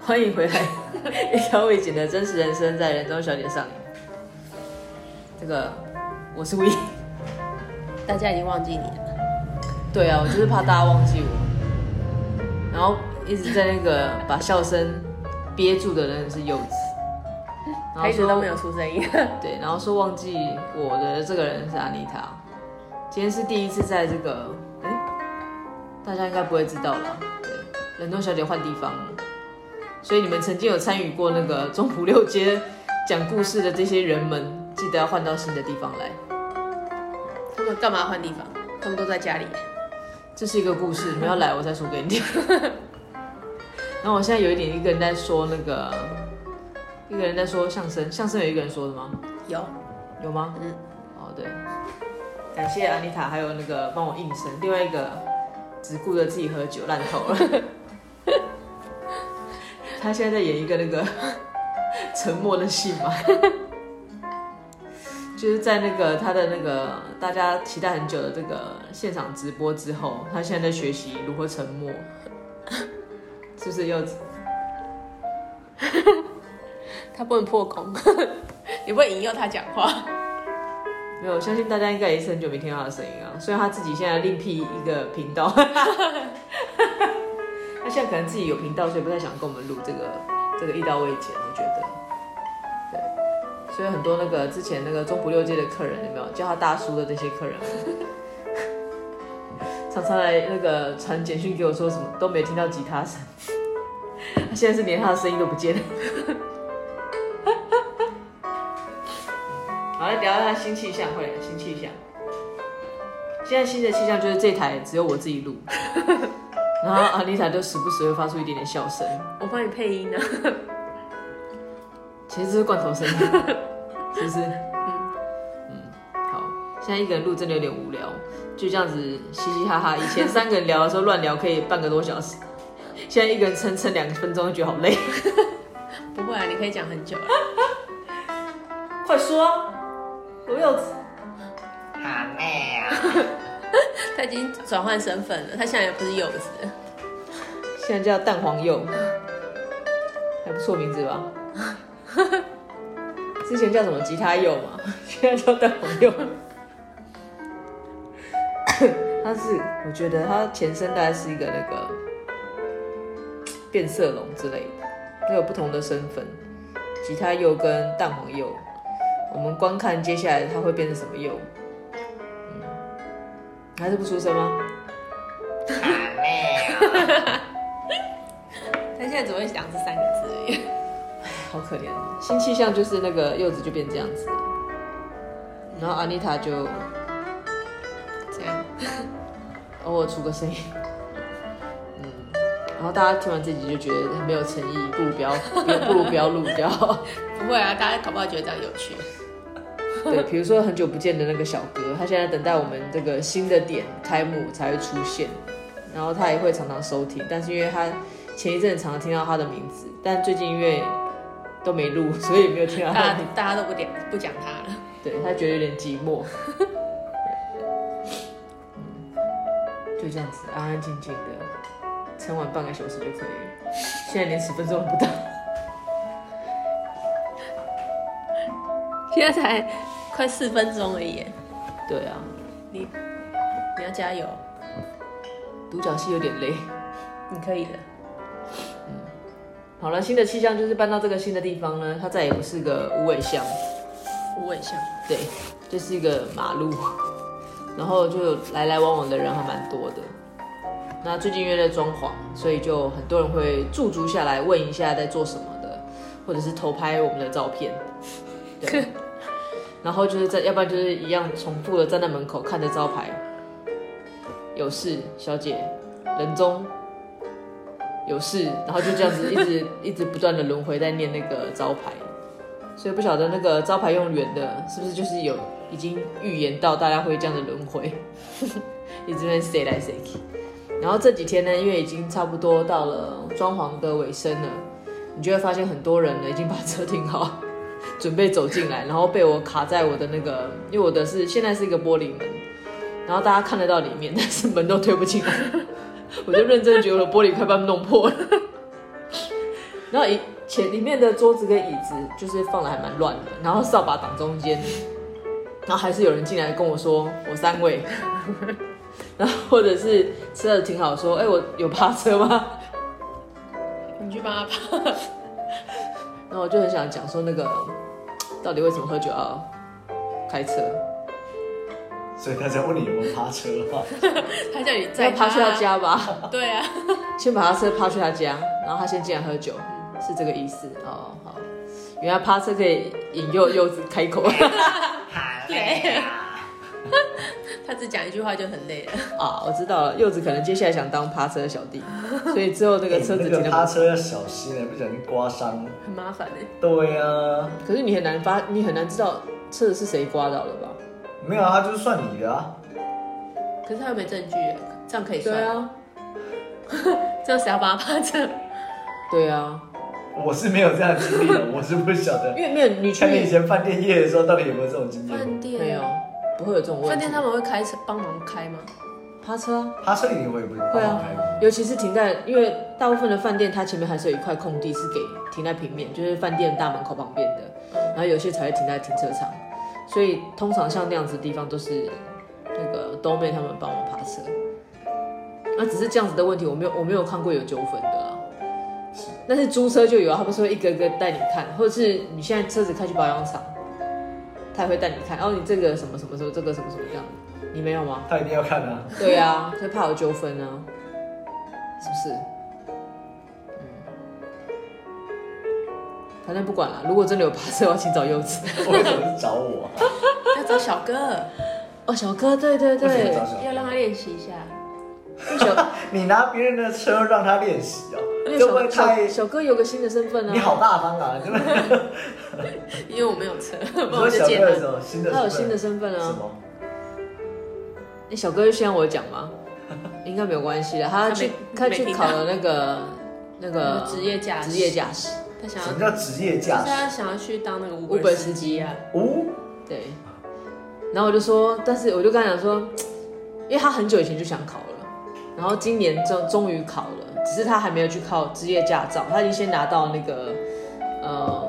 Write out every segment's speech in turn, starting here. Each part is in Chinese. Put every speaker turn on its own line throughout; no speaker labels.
欢迎回来， 一条未剪的真实人生在人中小姐上演。这个我是 We，
大家已经忘记你了。
对啊，我就是怕大家忘记我，然后一直在那个把笑声憋住的人是柚 子，然
他
后
一直都
说
没有出声音，
对，然后说忘记我的这个人是安妮塔，今天是第一次在这个，哎、大家应该不会知道啦，对，冷冻小姐换地方了，所以你们曾经有参与过那个中埔六街讲故事的这些人们，记得要换到新的地方来，
他们干嘛换地方？他们都在家里。
这是一个故事，你们要来我再说给你听。 然后我现在有一点一个人在说那个，一个人在说相声，相声有一个人说的吗？
有，
有吗？
嗯，
哦，对，感谢安妮塔，还有那个帮我应声，另外一个只顾着自己喝酒，烂透了。 他现在在演一个那个 沉默的戏嘛， 就是在那个他的那个大家期待很久的这个现场直播之后，他现在在学习如何沉默，是不是柚子？
他不能破功， 你不能引诱他讲话。
没有，我相信大家应该也是很久没听到他的声音啊。虽然他自己现在另辟一个频道， 他现在可能自己有频道，所以不太想跟我们录这个这个一刀未剪。我觉得，对，所以很多那个之前那个中埔六街的客人有没有叫他大叔的那些客人， 常常来那个传简讯给我说什么都没有听到吉他声， 他现在是连他的声音都不见了。好，来聊一下新气象，快点，新气象。现在新的气象就是这台只有我自己 录，然后阿丽塔就时不时会发出一点点笑声，
我帮你配音呢。啊
其实这是罐头声， 是不是？嗯好，现在一个人录真的有点无聊，就这样子嘻嘻哈哈。以前三个人聊的时候乱聊可以半个多小时，现在一个人撑撑两分钟就觉得好累。
不会啊，你可以讲很久啊。
快说啊，罗柚子，
好累啊！
他已经转换身份了，他现在也不是柚子了。
现在叫蛋黄柚，还不错名字吧？之前叫什么吉他柚嘛，现在叫蛋黄柚。它是，我觉得它前身大概是一个那个变色龙之类的，它有不同的身份，吉他柚跟蛋黄柚。我们观看接下来它会变成什么柚？嗯，还是不出声吗？
好累啊！
他现在只会讲这三个字而已。
好可怜哦。新气象就是那个柚子就变这样子了，然后安妮塔就
这样，
偶尔出个声音，嗯，然后大家听完这集就觉得很没有诚意，不如不要，不如不如不要录掉。
不会啊，大家搞不好觉得这样有趣。
对，比如说很久不见的那个小哥，他现在等待我们这个新的点开幕才会出现，然后他也会常常收听，但是因为他前一阵子常常听到他的名字，但最近因为都没录，所以没有听到
大
他的名
家
字。
大家都不讲不讲他了。
对他觉得有点寂寞。嗯就这样子安安静静的撑完半个小时就可以了，现在连十分钟都不到。
现在才快四分钟而已耶，
对啊，
你你要加油，
独角戏有点累。
你可以的。
好了，新的气象就是搬到这个新的地方呢，它再也不是个无尾巷，
我问一 下，
对，就是一个马路，然后就有来来往往的人还蛮多的。那最近因为在装潢，所以就很多人会驻足下来问一下在做什么的，或者是偷拍我们的照片，对。然后就是在，要不然就是一样重复的站在门口看着招牌，有事，小姐，人中，有事，然后就这样子一直一直不断的轮回在念那个招牌，所以不晓得那个招牌用圆的，是不是就是有已经预言到大家会这样的轮回， 一直在谁来谁去。然后这几天呢，因为已经差不多到了装潢的尾声了，你就会发现很多人呢已经把车停好，准备走进来，然后被我卡在我的那个，因为我的是现在是一个玻璃门，然后大家看得到里面， 但是门都推不进来，我就认真地觉得我的玻璃快把它弄破了。然后以前里面的桌子跟椅子就是放的还蛮乱的，然后扫把挡中间，然后还是有人进来跟我说我三位， 然后或者是吃的挺好，说哎、我有趴车吗？
你去帮他爬。
然后我就很想讲说那个到底为什么喝酒要开车？
所以他才问你有没有趴车 嘛？
他叫你
要
再
趴去他
他。
家吧。
对啊，
先把他车趴去他家，然后他先进来喝酒，是这个意思哦。好，原来趴车可以引诱柚子开口
好累
哎
啊，
他只讲一句话就很累了。
啊，我知道了，柚子可能接下来想当趴车的小弟，所以之后那个车子
欸
停
那
的
个趴车要小心欸，不小心刮伤。
很麻烦欸的、
对啊，
可是你很难发，你很难知道车子是谁刮到的吧？
没有啊，他就是算你的啊。
可是他又没证据，这样可以算？
对，啊，
这样谁要帮他趴车？
对啊，
我是没有这样的经历的，我是不晓得
因。为没有你去
看你以前饭店业的时候，到底有没有这种经验？
饭店
没有，不会有这种问
饭
题
店。他们会开车帮忙开吗？
趴车啊，
趴车一定会不
会
会
啊
开过。
尤其是停在，因为大部分的饭店它前面还是有一块空地是给停在平面，就是饭店大门口旁边的，然后有些才会停在停车场，所以通常像那样子的地方都是那个兜妹他们帮我爬车。那只是这样子的问题，我没有我没有看过有纠纷的啦。但是租车就有啊，他不是会一个一个带你看，或者是你现在车子开去保养厂，他也会带你看，哦，你这个什么什么什么，这个什么什么这样的，你没有吗？
他一定要看啊。
对啊，就怕有纠纷啊，是不是？嗯，反正不管了。如果真的有扒车，我要请找柚子。
为什么是找我啊？
要找小哥，
哦，小哥，对 对
为什么
对，
找小
要让他练习一下。
小
你拿别人的车让他练习哦，
因
这会不会
为小
太
小……小哥有个新的身份啊，
你好大方 啊！真的，
因为我没有车，
你
不然
说
我就
小
借
哥的
他。
时候，新的
他有
身
新
份
的身份
什
啊。
么？
那小哥就先让我讲嘛，应该没有关系的。他
他
去
没
他
没
去
听
考
到
了那个那个
职业驾驶
职业驾驶，
他想
什
要，
么
就是
叫职业驾驶？
他想要去当那个
Uber
司机啊。
哦，
对，然后我就说，但是我就跟他讲说，因为他很久以前就想考了，然后今年终终于考了，只是他还没有去考职业驾照，他已经先拿到那个呃，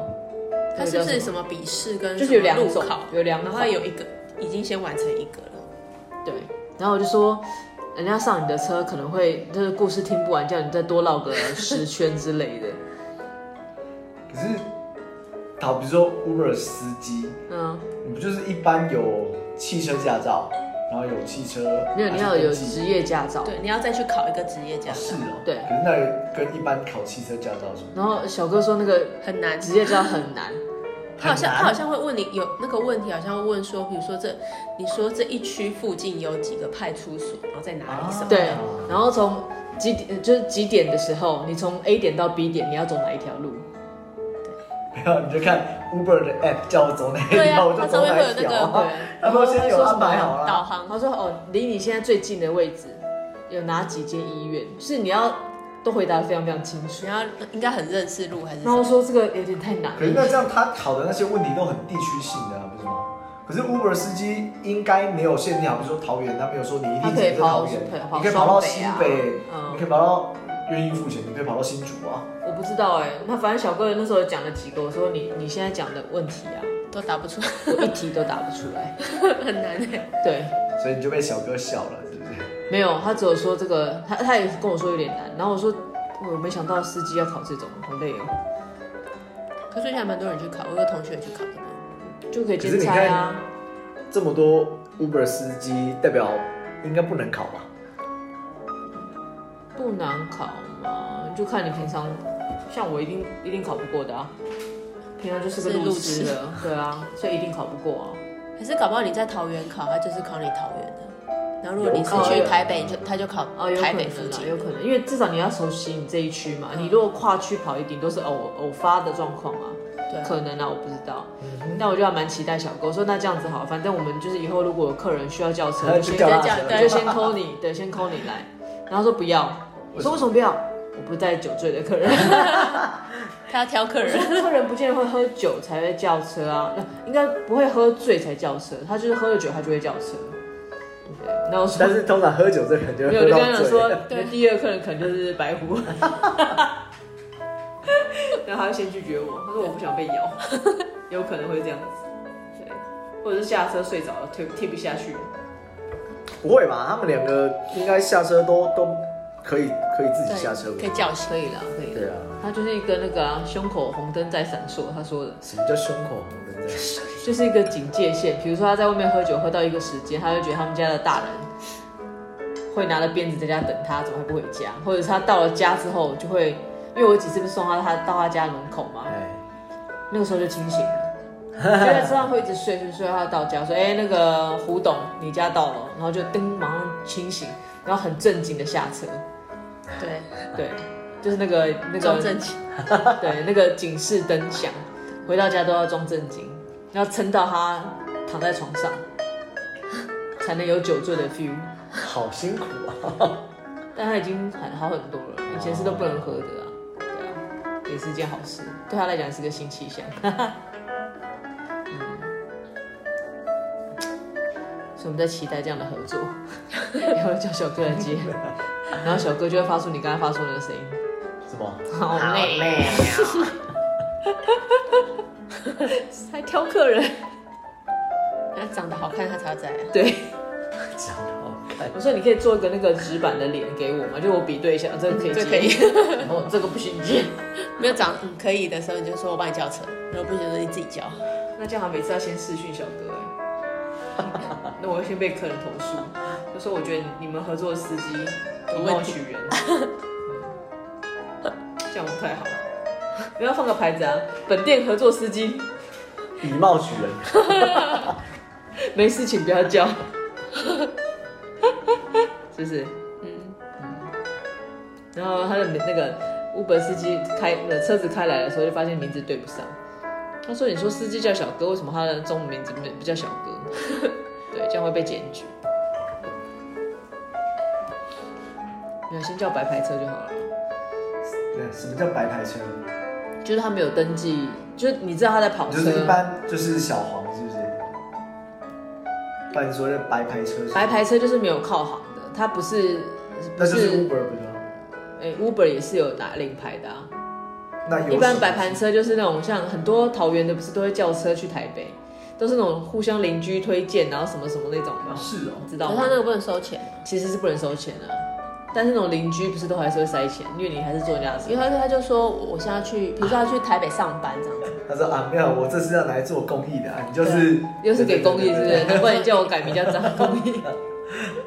他是不是什么笔试跟
就是有
什
两
么路
种
考，，
有两
然
种，
后有一个已经先完成一个了，
对，然后我就说，人家上你的车可能会就是故事听不完，叫你再多绕个十圈之类的，
可是，好，比如说 Uber 司机，
嗯，
你不就是一般有汽车驾照，然后有汽车，
没有你要
啊
有
还是登记
职业驾照，
对，你要再去考一个职业驾
哦
照
是，哦，
对
可是那跟一般考汽车驾照是吗？
然后小哥说那个
很难。
职业驾照很难，
他好像
很难
他好像会问你有那个问题，好像会问说，比如说这你说这一区附近有几个派出所，然后在哪里什么的？
对，然后从几点就是几点的时候，你从 A 点到 B 点，你要走哪一条路？
没有，你就看 Uber 的 app 叫我走哪 一
对啊
条，我就走哪一
它上面会有
条
那
啊
对。
个
他们先有安排好
导
了，
然
航
后说哦，离你现在最近的位置有哪几间医院？就是你要都回答的非常非常清楚
你。要应该很认识路还是什
然后
么？
说这个有点太难
嗯可是那
了，
这样他考的那些问题都很地区性的、啊，不是吗？可是 Uber 司机应该没有限定好，比如说桃园，他没有说你一定只能在桃园，
他可
你可
以
以
跑
跑
到
到
西
西
北
北
嗯，
你可以跑到愿意付钱，你可以跑到新竹啊。
我不知道哎、那反正小哥那时候讲了几个，我说你你现在讲的问题啊，
都答不出，
我一题都答不出来。
很难哎。
对，
所以你就被小哥笑了，是不是？
没有，他只有说这个，他他也跟我说有点难。然后我说我没想到司机要考这种，好累哦，
可是最近还蛮多人去考，我有个同学有去考的，
就可以
可
兼
是你
差啊。
这么多 Uber 司机，代表应该不能考吧？
不难考嘛，你就看你平常，像我一定一定考不过的啊，平常就是个
是
路
路
痴
痴
的，对啊，所以一定考不过啊。
还是搞不好你在桃园考，他就是考你桃园的。然后如果你是
有可能
去台北，你就他就考
哦，有可
台
能
北附
啊，
近
有。可能，因为至少你要熟悉你这一区嘛。你如果跨区跑一顶都是偶偶发的状况啊，
对啊，
可能啊，我不知道。但我就还蛮期待小哥说，那这样子好，反正我们就是以后如果有客人需要叫车，
那
就
就
先
叫
他
先
车
对就先 call 你，对，先 call 你来。然后说不要，我说为什么不要？我不带酒醉的客人。
他要挑客人。
客人不见得会喝酒才会叫车啊，那应该不会喝醉才叫车，他就是喝了酒他就会叫车。对，那我说
但是通常喝酒这个人就
没有，
会
就
喝
跟
到哎
他讲
醉。
说，你的第一个客人可能就是白狐。 然后他就先拒绝我，他说我不想被咬，有可能会这样子，对，或者是下车睡着了，推踢不下去，
不会吧？他们两个应该下车都都可以可以自己下车吧
可以？叫醒。
可以了，可以了。
对啊，
他就是一个那个啊，胸口红灯在闪烁，他说的，
什么叫胸口红灯在闪？
就是一个警戒线。比如说他在外面喝酒，喝到一个时间，他就觉得他们家的大人会拿着鞭子在家等他，怎么还不回家？或者是他到了家之后，就会，因为我有几次不是送他他到他家门口嘛，
哎，
那个时候就清醒了。就在车上会一直睡睡睡到他到家，说：“哎、那个胡董，你家到了。”然后就噔，马上清醒，然后很正经的下车。
对，
对，就是那个 那个
装正经。
对，那个警示灯响，回到家都要装正经，要撑到他躺在床上，才能有酒醉的 feel。
好辛苦啊！
但他已经很好很多了，以前是都不能喝的啊，对啊，也是一件好事，对他来讲是个新气象。嗯，所以我们在期待这样的合作， 以后叫小哥来接，然后小哥就会发出你刚才发出的那个声音，
什么？
好
好
累，
累啊！
还挑客人，
那长得好看，他才要再来。
对。
讲得好看，
我说你可以做一个那个纸板的脸给我吗？就我比对一下，嗯这个可以接，
这可以
哦，这个不行接。
没有长嗯可以的时候，你就说我帮你叫车；如果不行，就你自己叫。
那这样他每次要先试训小哥哎、 那我要先被客人投诉，就说我觉得你们合作的司机以貌取人，嗯这样不太好。你要放个牌子啊，本店合作司机，
以貌取人，
没事请不要叫， 是不是？
嗯，
然后他的名那个 Uber 司机开呃车子开来的时候，就发现名字对不上。他说：“你说司机叫小哥，为什么他的中文名字不不叫小哥？ 对，这样会被检举。没有，先叫白牌车就好了。
对，什么叫白牌车？
就是他没有登记，就是你知道他在跑
就
车
是。一般就是小黄是不是？不然你说那白牌车是？
白牌车就是没有靠行的，它不是不
那就是 Uber 不是吗？
哎、Uber 也是有拿领牌的啊。
那有
一般
什么
摆盘车就是那种像很多桃园的，不是都会叫车去台北，都是那种互相邻居推荐，然后什么什么那种的，
是哦，
你知
可
道
是
吗
他？那个不能收钱，
其实是不能收钱的、但是那种邻居不是都还是会塞钱，因为你还是坐人家的车
因。为他就说我现在要去，比如说要去台北上班这样子，
他说啊，没有，我这是要拿来做公益的啊，你就是
又是给公益，是不是？
对对对对
难怪你叫我改名叫张公益。
对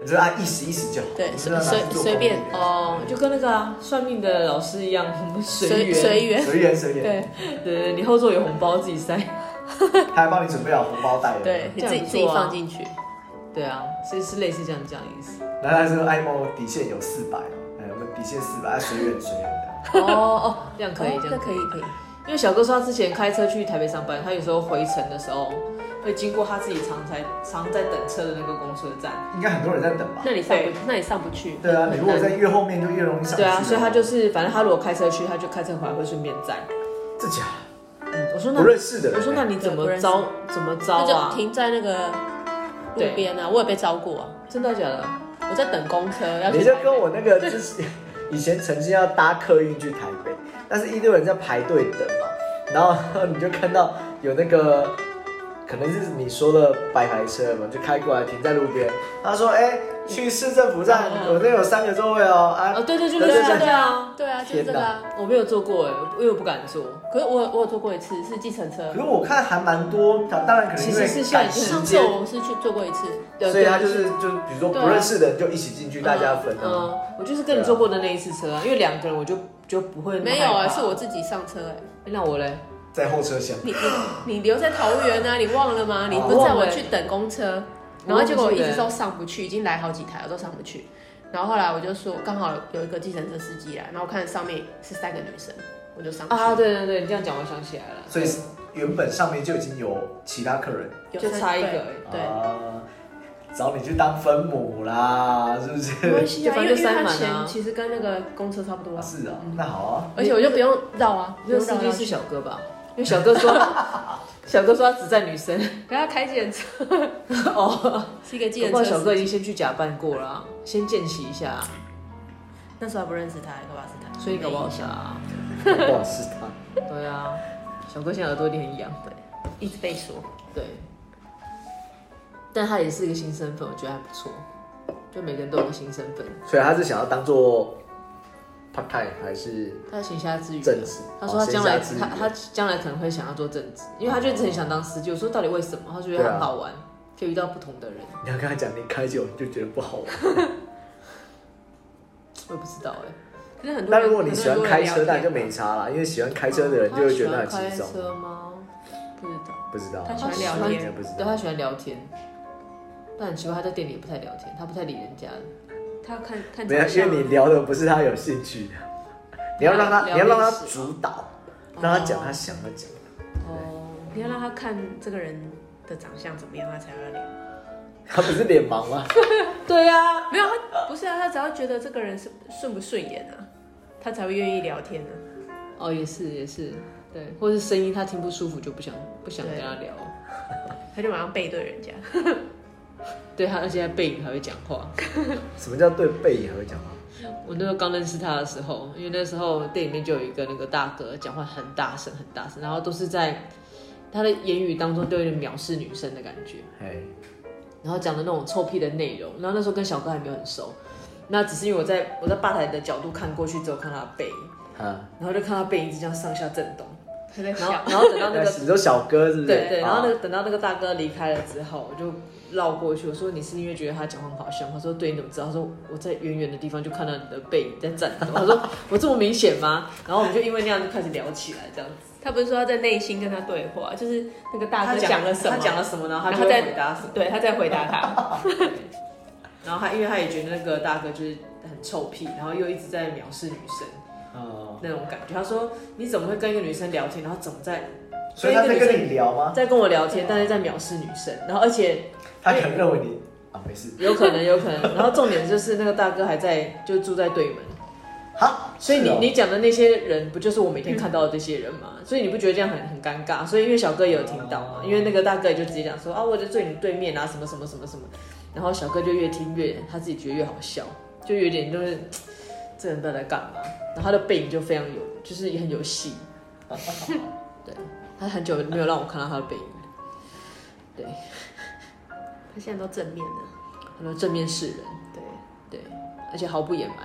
你就是按意思意思就好，
对
你就是要拿来
随
做公益的
随便
哦，就跟那个啊算命的老师一样，我们随缘。
随缘。
随缘随缘，
对对对，你后座有红包自己塞。
他还帮你准备好红包袋，有没有
对，你自
这
己
样不错啊
自己放进去，
对啊，所以是类似这样这样的意 思。
然后他说艾梦底线有四百，哎，我们底线四百，啊随缘随缘的，
哦哦，这样可以，
哦
这
那
样
可以可以。
因为小哥说他之前开车去台北上班，他有时候回程的时候会经过他自己常在常在等车的那个公车站。
应该很多人在等吧？
那你上不
对
那你上不去，
对啊，你如果
很
在
难
越后面就越容易上去
对
了。
啊，所以他就是反正他如果开车去，他就开车回来会顺便载。
这假
嗯，我说那
不认识的人，
我说那你怎
对不
么
认识
招怎么招
那
啊
就？停在那个路边啊，我也被招过啊，
真的假的？
我在等公车要
你
去
就
台北
跟我那个之前以前曾经要搭客运去台北，但是一堆人在排队等嘛，然后你就看到有那个可能是你说的白牌车嘛，就开过来停在路边，他说：“哎、去市政府站，我那有三个座位哦。”
嗯
啊，
哦，对对，就
对
类似
对
对啊，
对啊，就是这个啊。
我没有坐过哎，因为我不敢坐。
可是我我有坐过一次，是计程车
可是，我看还蛮多，当然可能
其
因为
实是现在
赶时
上次
间，
我是去坐过一次，
对
所以他
对
就是就是比如说
对啊
不认识的人就一起进去，大家分啊。
嗯，我就是跟你坐过的那一次车啊，因为两个人我就就不会那么
没有啊，
害怕
是我自己上车哎。
那我嘞，
在后车厢，
你你你留在桃园啊？你忘了吗？你不
忘
载
了
我去等公车，
我
然后
忘记
结果我一
了
直都上不去，已经来好几台我都上不去。然后后来我就说，刚好有一个计程车司机来，然后看上面是三个女生，我就上去。
啊，对对对，你这样讲我想起来了，
所以原本上面就已经有其他客人。
有
就
三
差一个
对
而已
对，
啊，找你去当分母啦，是不
没关
是？
系啊，
就反
因为
正
因为
塞满
它
啊
钱其实跟那个公车差不多啊，
是啊，
嗯
那好啊，
而且我就不用绕啊，不
这个
用
司
绕
机
来绕
是
去。
小哥吧？ 因为小哥说，小哥说他只载女生。
可他开检车，
哦，
是一个计
不
程
过
车
小
司
哥
机，
已经先去假扮过了啊，先见习一下啊，
那时候还不认识他，搞不好是他，
所以搞不好是啊。
搞不好是他。
对啊，小哥现在耳朵一定很痒。
一直被说。
对，但他也是一个新身份，我觉得还不错。就每个人都有个新身份，
所以他是想要当做 part time 还是
他闲暇之余啊，
正职？
他说他将来
哦闲暇之余
他他将来可能会想要做政治，因为他就一直很想当司机。我说到底为什么？他觉得
对啊
很好玩，可以遇到不同的人。
你要跟他讲，你开久你就觉得不好玩。
我也不知道哎、
可是很多
那
人，
如果你喜欢开
很
车，
多
那
人
就
都会聊天
没差啦，因为喜欢开车的人就会觉得很
他喜
轻
欢
松
开。车吗？
不知道。
不知道，
他喜
欢聊天
应该不知
对，
道
他。喜欢聊天，但很奇怪，他在店里也不太聊天，他不太理人家的。
他看看
没有，啊
长相
因为你聊的不是他有兴趣的，你要让他，
聊
你要让他
历史哦
主导，让他讲他想要讲的。
哦，你要让他看这个人的长相怎么样，他才要聊。
他不是脸盲吗？
对呀、
没有，他不是啊，他只要觉得这个人是顺不顺眼啊，他才会愿意聊天呢、啊。
哦，也是也是，对，或是声音他听不舒服就不想不想跟他聊。
他就马上背对人家，
对他，而且他背影还会讲话。
什么叫对背影还会讲话？
我那时候刚认识他的时候，因为那时候店里面就有一个那个大哥讲话很大声很大声，然后都是在他的言语当中都有点藐视女生的感觉，
哎，
然后讲的那种臭屁的内容。然后那时候跟小哥还没有很熟，那只是因为我在我在吧台的角度看过去之后看他的背影，
啊，
然后就看他背影一直这样上下震动，
他在
然后
笑。
然后等到那个
你说小哥是不是？
对对，哦
啊
然后那个等到那个大哥离开了之后，我就绕过去，我说你是因为觉得他讲话很好笑吗？他说对，你怎么知道？他说我在远远的地方就看到你的背影在颤 抖。他说我这么明显吗？然后我们就因为那样就开始聊起来，这样子。
他不是说他在内心跟他对话，就是那个大
他
哥讲了什
他
么，
讲了什么，然后他
然
就
后
在
再
回答什么。
对，他在回答他。
然后他因为他也觉得那个大哥就是很臭屁，然后又一直在藐视女生
哦，
那种感觉。他说你怎么会跟一个女生聊天，然后怎么在
所以他在跟你聊吗？
在跟我聊天，但是在藐视女生，然后而且
他可能认为你啊，没事。
有可能，有可能。然后重点就是那个大哥还在，就住在对门，
好，
所以你、
是哦
你讲的那些人，不就是我每天看到的这些人吗？所以你不觉得这样很很尴尬？所以因为小哥也有听到嘛
哦，
因为那个大哥也就直接讲说啊，我就坐你对面啊，什么什么什么什么。然后小哥就越听越，他自己觉得越好笑，就有点就是嘖这人到底在干嘛？然后他的背影就非常有，就是也很有戏。对，他很久没有让我看到他的背影，对，
他现在都正面了，
他说正面是人。
对，
对，而且毫不 隐瞒。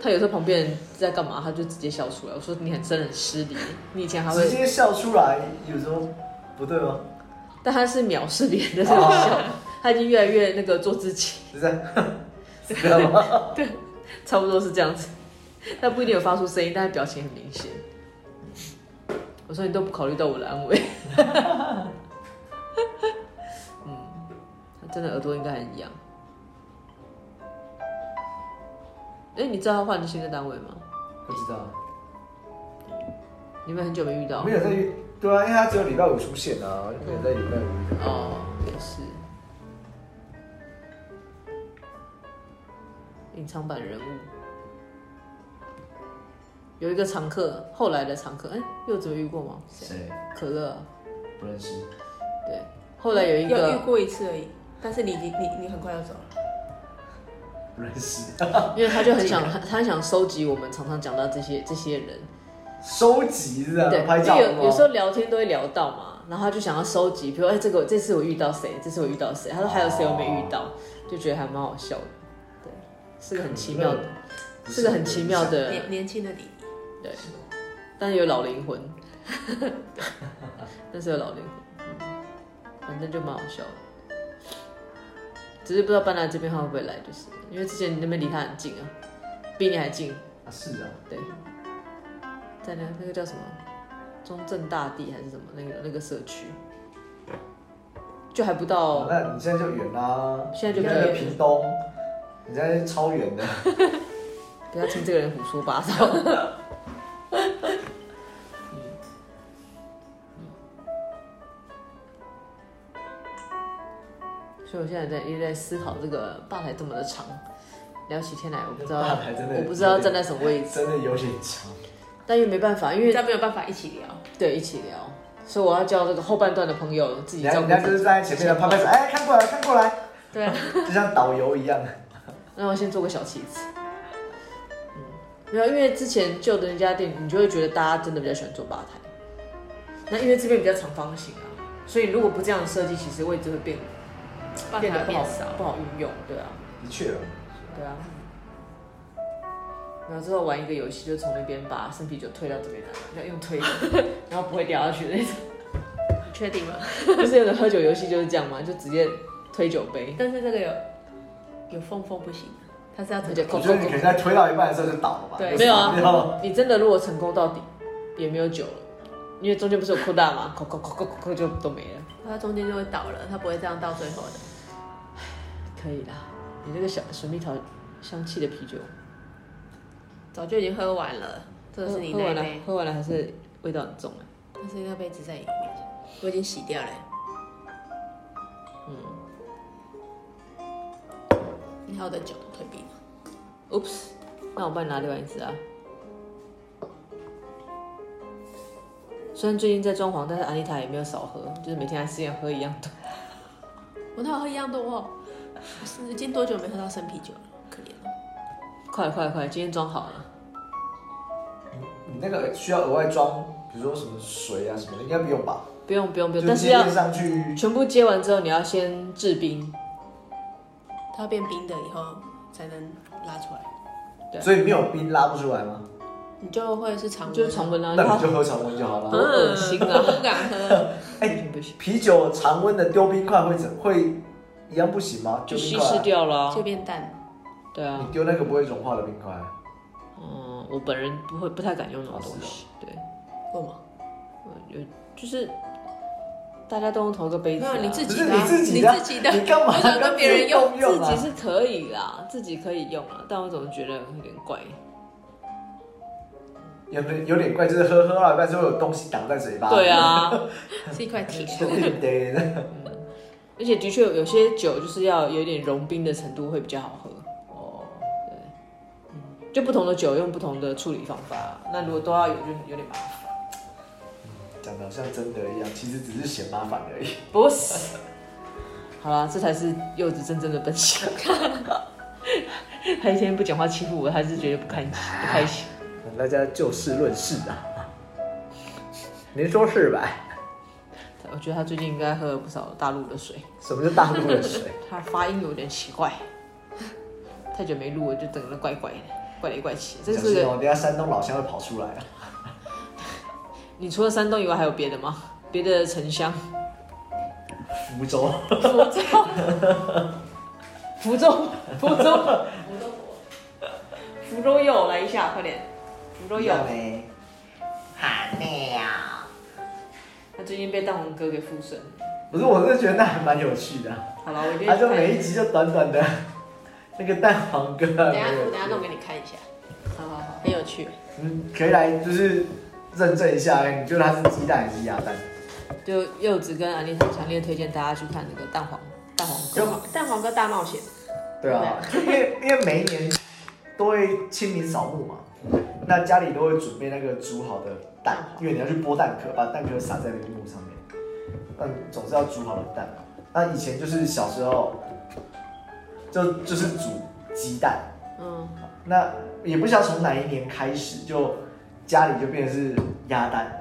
他有时候旁边人在干嘛，他就直接笑出来。我说你很真的很失礼，你以前还
直
会，
接笑出来有什么不对吗？
但他是藐视别人的这
哦
种笑，他已经越来越那个做自己，
是这样，是这样吗？
差不多是这样子。 他不一定有发出声音，但是表情很明显。我说你都不考虑到我的安危， 嗯，他真的耳朵应该很痒。哎、你知道他换了新的单位吗？
不知道，
你们很久没遇到
没？有在遇对啊，因为他只有礼拜五出现啊，就没有在礼拜五遇到。
哦，也是。隐藏版人物有一个常客，后来的常客，哎、柚子有遇过吗？
谁
可乐啊，
不认识？
对，后来有一
有遇
个，
过一次而已，但是你你你你很快要走了，
不认识。
因为他就很想，他很想收集我们常常讲到这些这些人，
收集是这
对，啊
样，拍
因
照
为有有时候
候
聊天都会聊到嘛，然后他就想要收集，比如哎、这个这次我遇到谁，这次我遇到谁，他说还有谁我没遇到，就觉得还蛮好笑的，对，是个很奇妙的，是嗯个很奇妙。的
年年轻的你，
对，但是有老灵魂，但是有老灵魂，嗯，反正就蛮好笑的。只是不知道搬来这边他会不会来，就是因为之前你那边离他很近啊，比你还近。
啊是啊，
对，在那那个叫什么中正大地还是什么那个那个社区，就还不
哦，
到，
那你现在就远啦，
现在就
你
比较
在
远
屏东，你现在超远的。
不要听这个人胡说八道。嗯所以我现在在一直在思考这个吧台这么的长，聊起天来我不知道
吧台真的
我不知道
有点
站在什么位置，
真的有点长，
但又没办法，因为
但没有办法一起聊。
对一起聊，所以我要叫这个后半段的朋友自己
人
照
家
顾
人家就
自
是
己。
站在前面的拍拍手，哎，看过来，看过来，
对啊，
就像导游一样。
那我先做个小旗子。嗯，没有，因为之前旧的那家店，你就会觉得大家真的比较喜欢坐吧台。那因为这边比较长方形啊，所以如果不这样设计，其实位置会变
吧
变得
台
不好
变少。
不好运用，对啊，
的确，
对啊。然后之后玩一个游戏，就从那边把生啤酒推到这边来，要用推的， 然后不会掉下去的那种。
你确定吗？
不是有的喝酒游戏就是这样嘛，就直接推酒杯，
但是这个有有缝缝不行，它是要直接
而且
我觉得你可能在推到一半的时候就倒了吧？
对
就
没有 啊
死掉了
你真的如果成功到底，也没有酒了，因为中间不是有扩大嘛， 扣扣扣扣扣扣就都没了。
它中间就会倒了，它不会这样到最后的。
可以啦，你这个小水蜜桃香气的啤酒，
早就已经喝完了，这是你
喝
那
完
一
了
杯，
喝完了还是味道很重哎、
但是那杯只在里面，我已经洗掉了。嗯，你还有的酒都退冰了。
Oops，那我帮你拿另外一支啊。虽然最近在装潢，但是安妮塔也没有少喝，就是每天还是一样喝一样多。
我那有喝一样多哦，我是已经多久没喝到生啤酒了？可怜哦了。
快了快了快了，今天装好了。
你那个需要额外装，比如说什么水啊什么的，应该不用吧？
不用不用不
就
用，但是
接
要
面上去
全部接完之后，你要先制冰。
它要变冰的以后才能拉出来，
对
所以没有冰拉不出来吗？
你就会是常温
就是常温啊，
那你就喝常温就好
好
了。
恶心
我
啊！
不敢喝，
不
哎，
行不行，
啤酒常温的丢冰块会怎会一样不行吗？
就
丢冰
稀
块
释
啊，
掉了啊、
就变淡。
对啊，
你丢那个不会融化的冰块，啊
嗯，我本人不会不太敢用那种东西，对，
为什么？
有就是大家都用同一个杯子、啊，
没有你自
不
己
是
的
你
啊
自己的 啊，
你自己的
你干嘛
为什么跟别人用
共
自
用
己
啊？
是可以啦，自己可以用啊，但我总觉得有点怪。
有点有点怪，就是喝喝到一半之后有东西挡在嘴巴。
对，啊，
是一块铁。
对 的。
而且的确有些酒就是要有点融冰的程度会比较好喝，嗯
哦，
就不同的酒用不同的处理方法，那如果都要有就有点麻烦。
讲的好像真的一样，其实只是嫌麻烦而已。
不是，好啦，这才是柚子真正的本性。 他一天不讲话欺负我，他是觉得不开心，不开心。
大家就事论事啊， 您说是吧？
我觉得他最近应该喝了不少大陆的水，
什么是大陆的水？
他发音有点奇怪，太久没录了，就整个人怪怪的，怪里怪气。这
小
是
心
个，
哦，等一下山东老乡会跑出来啊！
你除了山东以外还有别的吗？别的城乡？
福州，
福州，福 州，福州，福州柚来一下，快点，福 州柚。
没？
喊尿，
他最近被大红哥给附身。
不是，我是觉得那还蛮有趣的啊。
好了，我觉得
他就每一集就短短的，那个蛋黄哥啊
等一下，
没有
等一下弄给你看一下，
好好好，
很有趣。
嗯，可以来就是认证一下，你觉得它是鸡蛋还是鸭蛋？
就柚子跟安利很强烈推荐大家去看那个蛋黄蛋黄
就
哥。
蛋黄哥大冒险，
对啊，就因为因为每一年都会清明扫墓嘛，那家里都会准备那个煮好的蛋，
嗯
因为你要去剥蛋壳，把蛋壳撒在那个墓上面。那你总是要煮好的蛋嘛。那以前就是小时候，就就是煮鸡蛋，
嗯，
那也不知道从哪一年开始，就家里就变成是鸭蛋，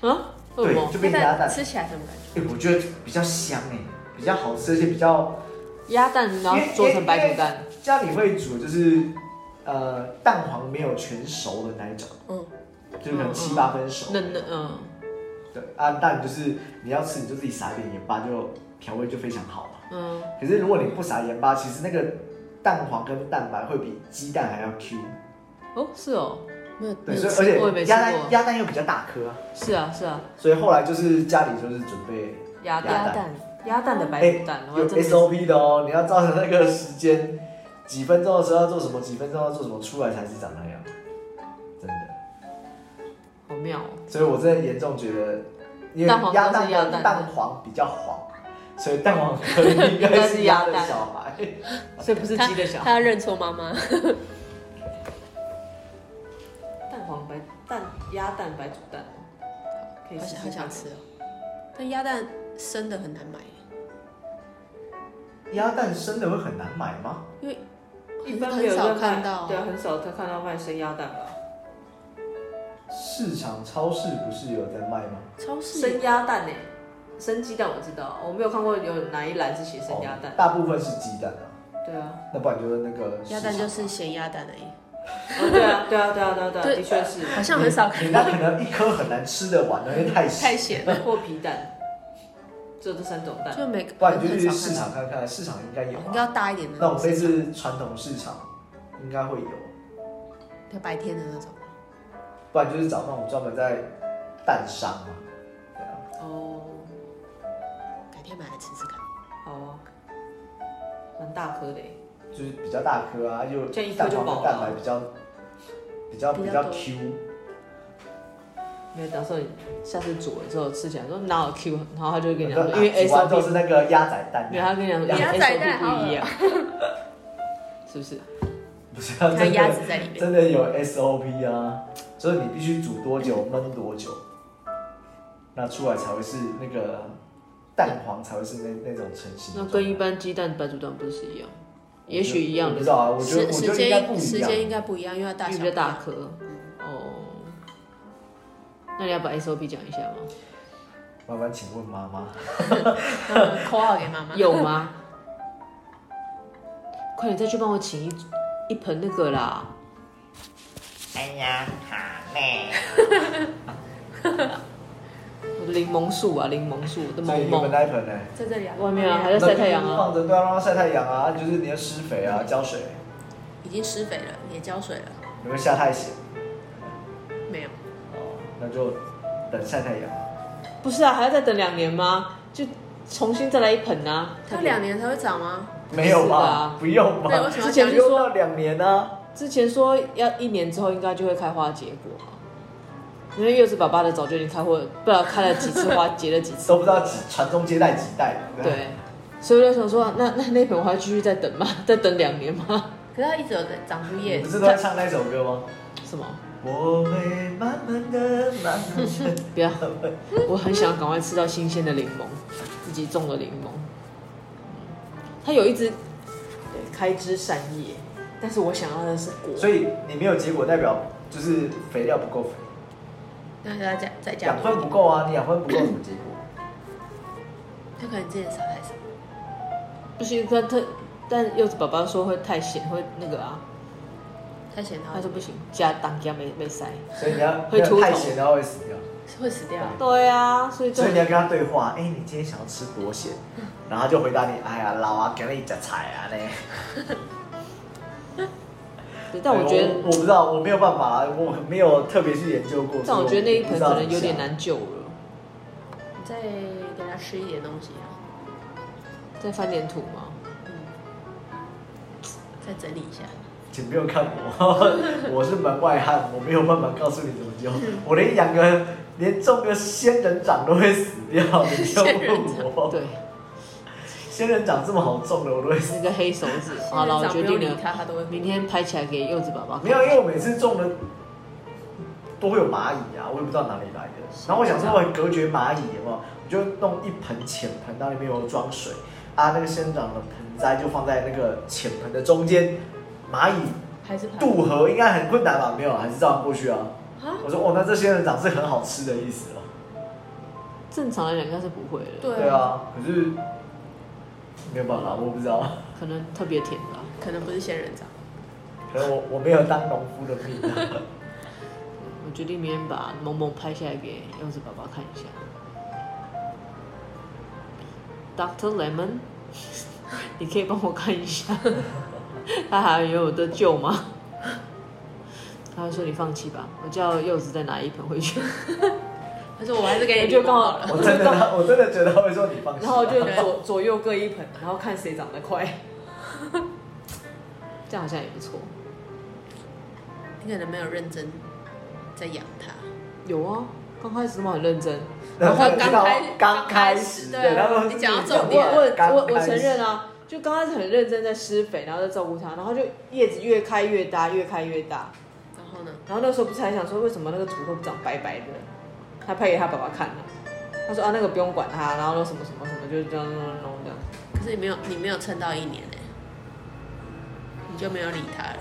啊？为什
对，
么？
就变鸭蛋。
吃起来什么感觉？
哎、我觉得比较香哎、比较好吃，而且比较
鸭蛋然后做成白煮蛋，
家里会煮，就是呃蛋黄没有全熟的那一种，
嗯，
就是可能七八分熟。
嫩嫩嗯，
对啊，蛋就是你要吃你就自己撒一点盐巴，就调味就非常好嘛。
嗯，
可是如果你不撒盐巴，其实那个蛋黄跟蛋白会比鸡蛋还要 Q。
哦是哦，
没有
对，
没有
所
吃，
以
我
而
也没吃
且鸭
过
蛋鸭蛋又比较大颗、啊，
是啊是啊，
所以后来就是家里就是准备
鸭
鸭
蛋
蛋哎
鸭蛋的白煮蛋，我
有
真的
SOP 的哦，你要照着那个时间，几分钟的时候要做什么，几分钟要做什么，出来才是长那样，真的。
好妙哦。
所以我真的严重觉得，因为
蛋黄
鸭
都是
蛋
鸭
的
蛋
蛋黄比较黄，所以蛋黄可能 应该是鸭的小孩。
所以不是鸡的小
他要认错妈妈。
蛋黄白蛋鸭蛋白煮蛋，好可以
好
试试
想好想
看
吃哦。但鸭蛋生的很难买，
鸭蛋生的会很难买吗？
因为
一般没有在
很少看
卖
到哦
对啊，很少他看到卖生鸭蛋吧？
市场超市不是有在卖吗？
超市
生鸭蛋呢、生鸡蛋我知道，我没有看过有哪一栏是写生鸭蛋
哦。大部分是鸡蛋啊，
对啊，
那不然就是那个
鸭蛋
市场啊
就是咸鸭蛋而已，
哦对啊，对啊，对啊，对啊，对啊，
对
的确是
好像很少看
你
到
那可能一颗很难吃得完，因为太小
太咸了，
或皮蛋，只有这三种蛋。
就每个
不然你就
很
去
少
市
看到
场看看，市场应该有、
应该
啊。
要大一点的
那种类
市场
似传统市场应该会有，
就白天的那种，
不然就是找那种专门在蛋商嘛。对啊
哦，
改天买来吃吃看。
好啊，蛮大颗的欸。
就是比较大颗啊，又
这样一颗
蛋
就
黄
饱
的
了
蛋白比较比较
比
比
较
较
多
Q，
没有，到时候你下次煮了之后吃起来说哪有 Q，然后他就会跟你讲
然
说，
后
因为
煮完之后
SOP
是那个鸭仔蛋，
没有，他跟你讲说因
鸭
为
仔蛋
SOP 不一样，是不是？
不是啊
它
真
鸭
的
子在里面，
真的有 SOP 啊，就是你必须煮多久焖多久，那出来才会是那个蛋黄才会是那那种成
那
型的状态。
跟一般鸡蛋、白煮蛋不是一样？也许一
我
样
不
的
知，道啊，我觉得
时
我
时
觉得应该不
间
一
时间应
样。
该不一样，因为它大
因为
小
比较大
不一样
颗。
嗯
哦，那你要把 SOP 讲一下 吗？
麻烦请问妈妈，
嗯扣号给妈妈。
有吗？快点再去帮我请一一盆那个啦！
哎呀，好累啊。
我的柠檬树啊，柠檬树，我的
所以
檬
你们
檬，
那一盆呢？
在这里啊，
外面啊还 在
那
晒太阳啊
放着对啊，让它晒太阳啊，就是你要施肥啊，浇水，
已经施肥了，也浇水了，
你会下太咸。
没有，
哦，那就等晒太阳。
不是啊，还要再等两年吗？就重新再来一盆啊！
它两年才会长吗？
没有
是的啊
吧？不用吧？
对为什么
之前
不
就
用
说
到两年啊呢、
之前说要一年之后应该就会开花结果嘛，因为柚子爸爸的早就已经开花，不知道开了几次花，结了几 次
都不知道几传宗接代几代。
对，所以我就想说，那那那盆我还继续再等吗？ 再等两年吗？
可是它一直有在长出
你
叶
不
子，
是都在唱那首歌吗？
什么？
我会慢慢的、慢慢的。
不要，我很想赶快吃到新鲜的柠檬，自己种的柠檬。它有一只对开枝散叶，但是我想要的是果。
所以你没有结果，代表就是肥料不够肥，
那给它加再加
养
多一
分不
点。
够啊。你养分不够怎么结果？
它可能之前撒太少，
不行，但特但柚子爸爸说会太咸，会那个啊，
太咸它
他
会
说不行，加当加没没塞。
所以你要
会秃头
太咸，然后会死掉。
会死掉。
对啊，所以这
所以你要跟他对话，哎、你今天想要吃多咸？
嗯
然后他就回答你，哎呀，老啊，给你夹菜啊嘞。
对但我觉
哎
得，
我不知道，我没有办法啦，我没有特别去研究过。
但我觉得那一盆可能有点
所以我不知道怎么下。
难救了，
你再给它吃一点东西啊，
再翻点土嘛。嗯
嗯再整理一下。
请不用看我， 我是门外汉，我没有办法告诉你怎么教。
嗯
我连养个连种个仙人掌都会死掉，你就问 我。
对，
仙人掌这么好种的，我都会死。
那个黑手指。好了，我决定了，
它它都会
明天拍起来给柚子爸爸看。
啊没有，因为我每次种的都会有蚂蚁啊，我也不知道哪里来的。然后我想说，我很隔绝蚂蚁，有没有？我就弄一盆浅盆，那里面有装水啊，那个仙人掌的盆栽就放在那个浅盆的中间，蚂蚁
还是
渡河应该很困难吧？没有，还是照样过去啊。
啊？
我说哦，那这仙人掌是很好吃的意思哦。
正常来讲应该是不会了，
对
对，啊，可是没有办法，我不知道，
可能特别甜吧。
可能不是仙人掌，
可能我我没有当农夫的命、啊。
我决定明天把萌萌拍下来给柚子爸爸看一下。Doctor Lemon，你可以帮我看一下， 他还有得救吗？他就说你放弃吧，我叫柚子再拿一盆回去。
但是我还是 给
我
你
就
就
刚
刚
好
好了。
我真的他，我真的觉得他会说你放心。
然
啊
后我就左左右各一盆，然后看谁长得快。 这样好像也不错。
你可能没有认真在养它，
有啊，刚开始他们很认真，
然后他
刚
知道
开
哦刚开
刚开始
始，
对
然后
你讲到
我
重点
我我我承认
啊。
啊，就刚开始很认真在施肥，然后在照顾它，然后就叶子越开越大，越开越大。
然后呢，
然后那时候不是还想说，为什么那个土会长白白的？他拍给他爸爸看了、他说啊，那个不用管它，然后什么什么什么，就是这样弄弄弄这样。
可是你没有你没有撑到一年呢，
嗯
欸你就没有理他了。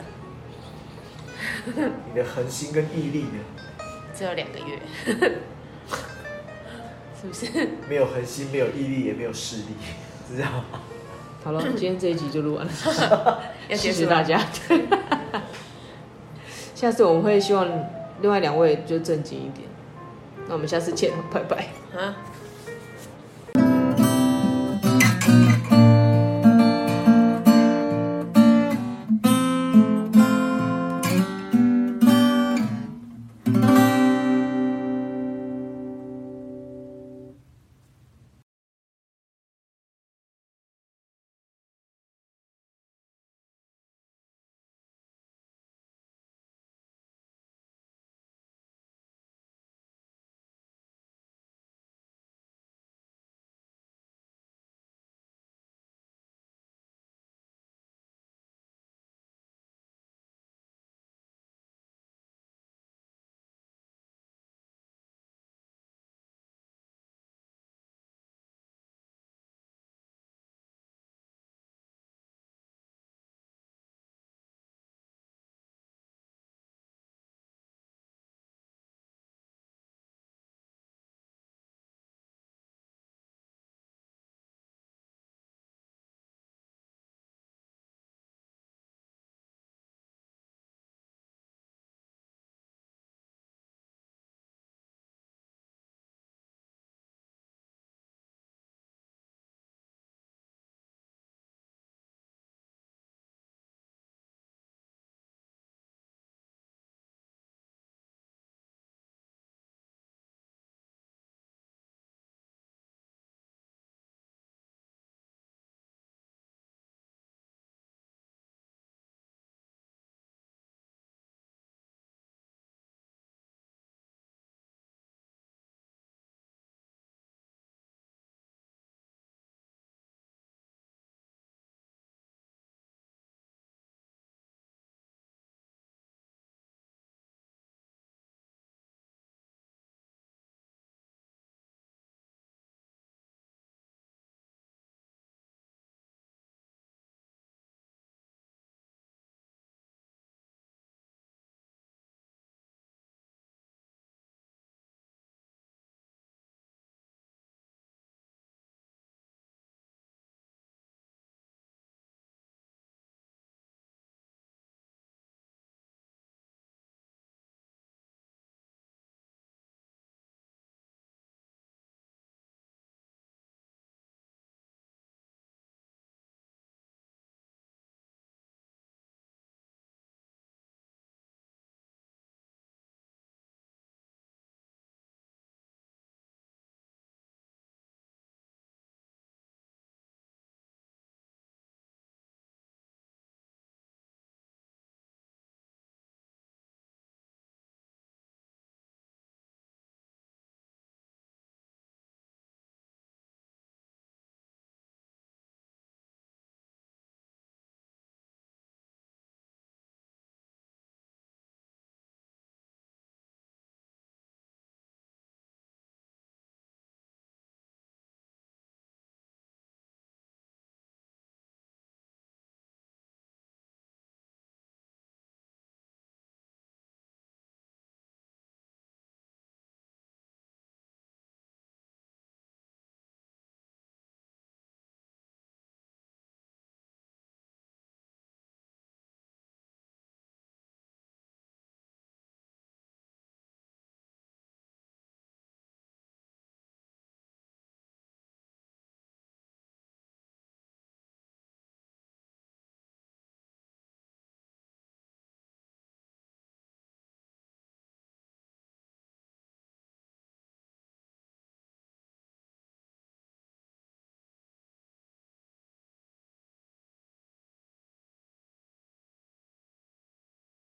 你的恒心跟毅力呢？
只有两个月， 是不是？
没有恒心，没有毅力，也没有势力，知道吗？
好 了，今天这一集就录完了，
要
谢
结束
谢
了
大。家。 下次我们会希望另外两位就正经一点。那我们下次见，拜拜。
啊，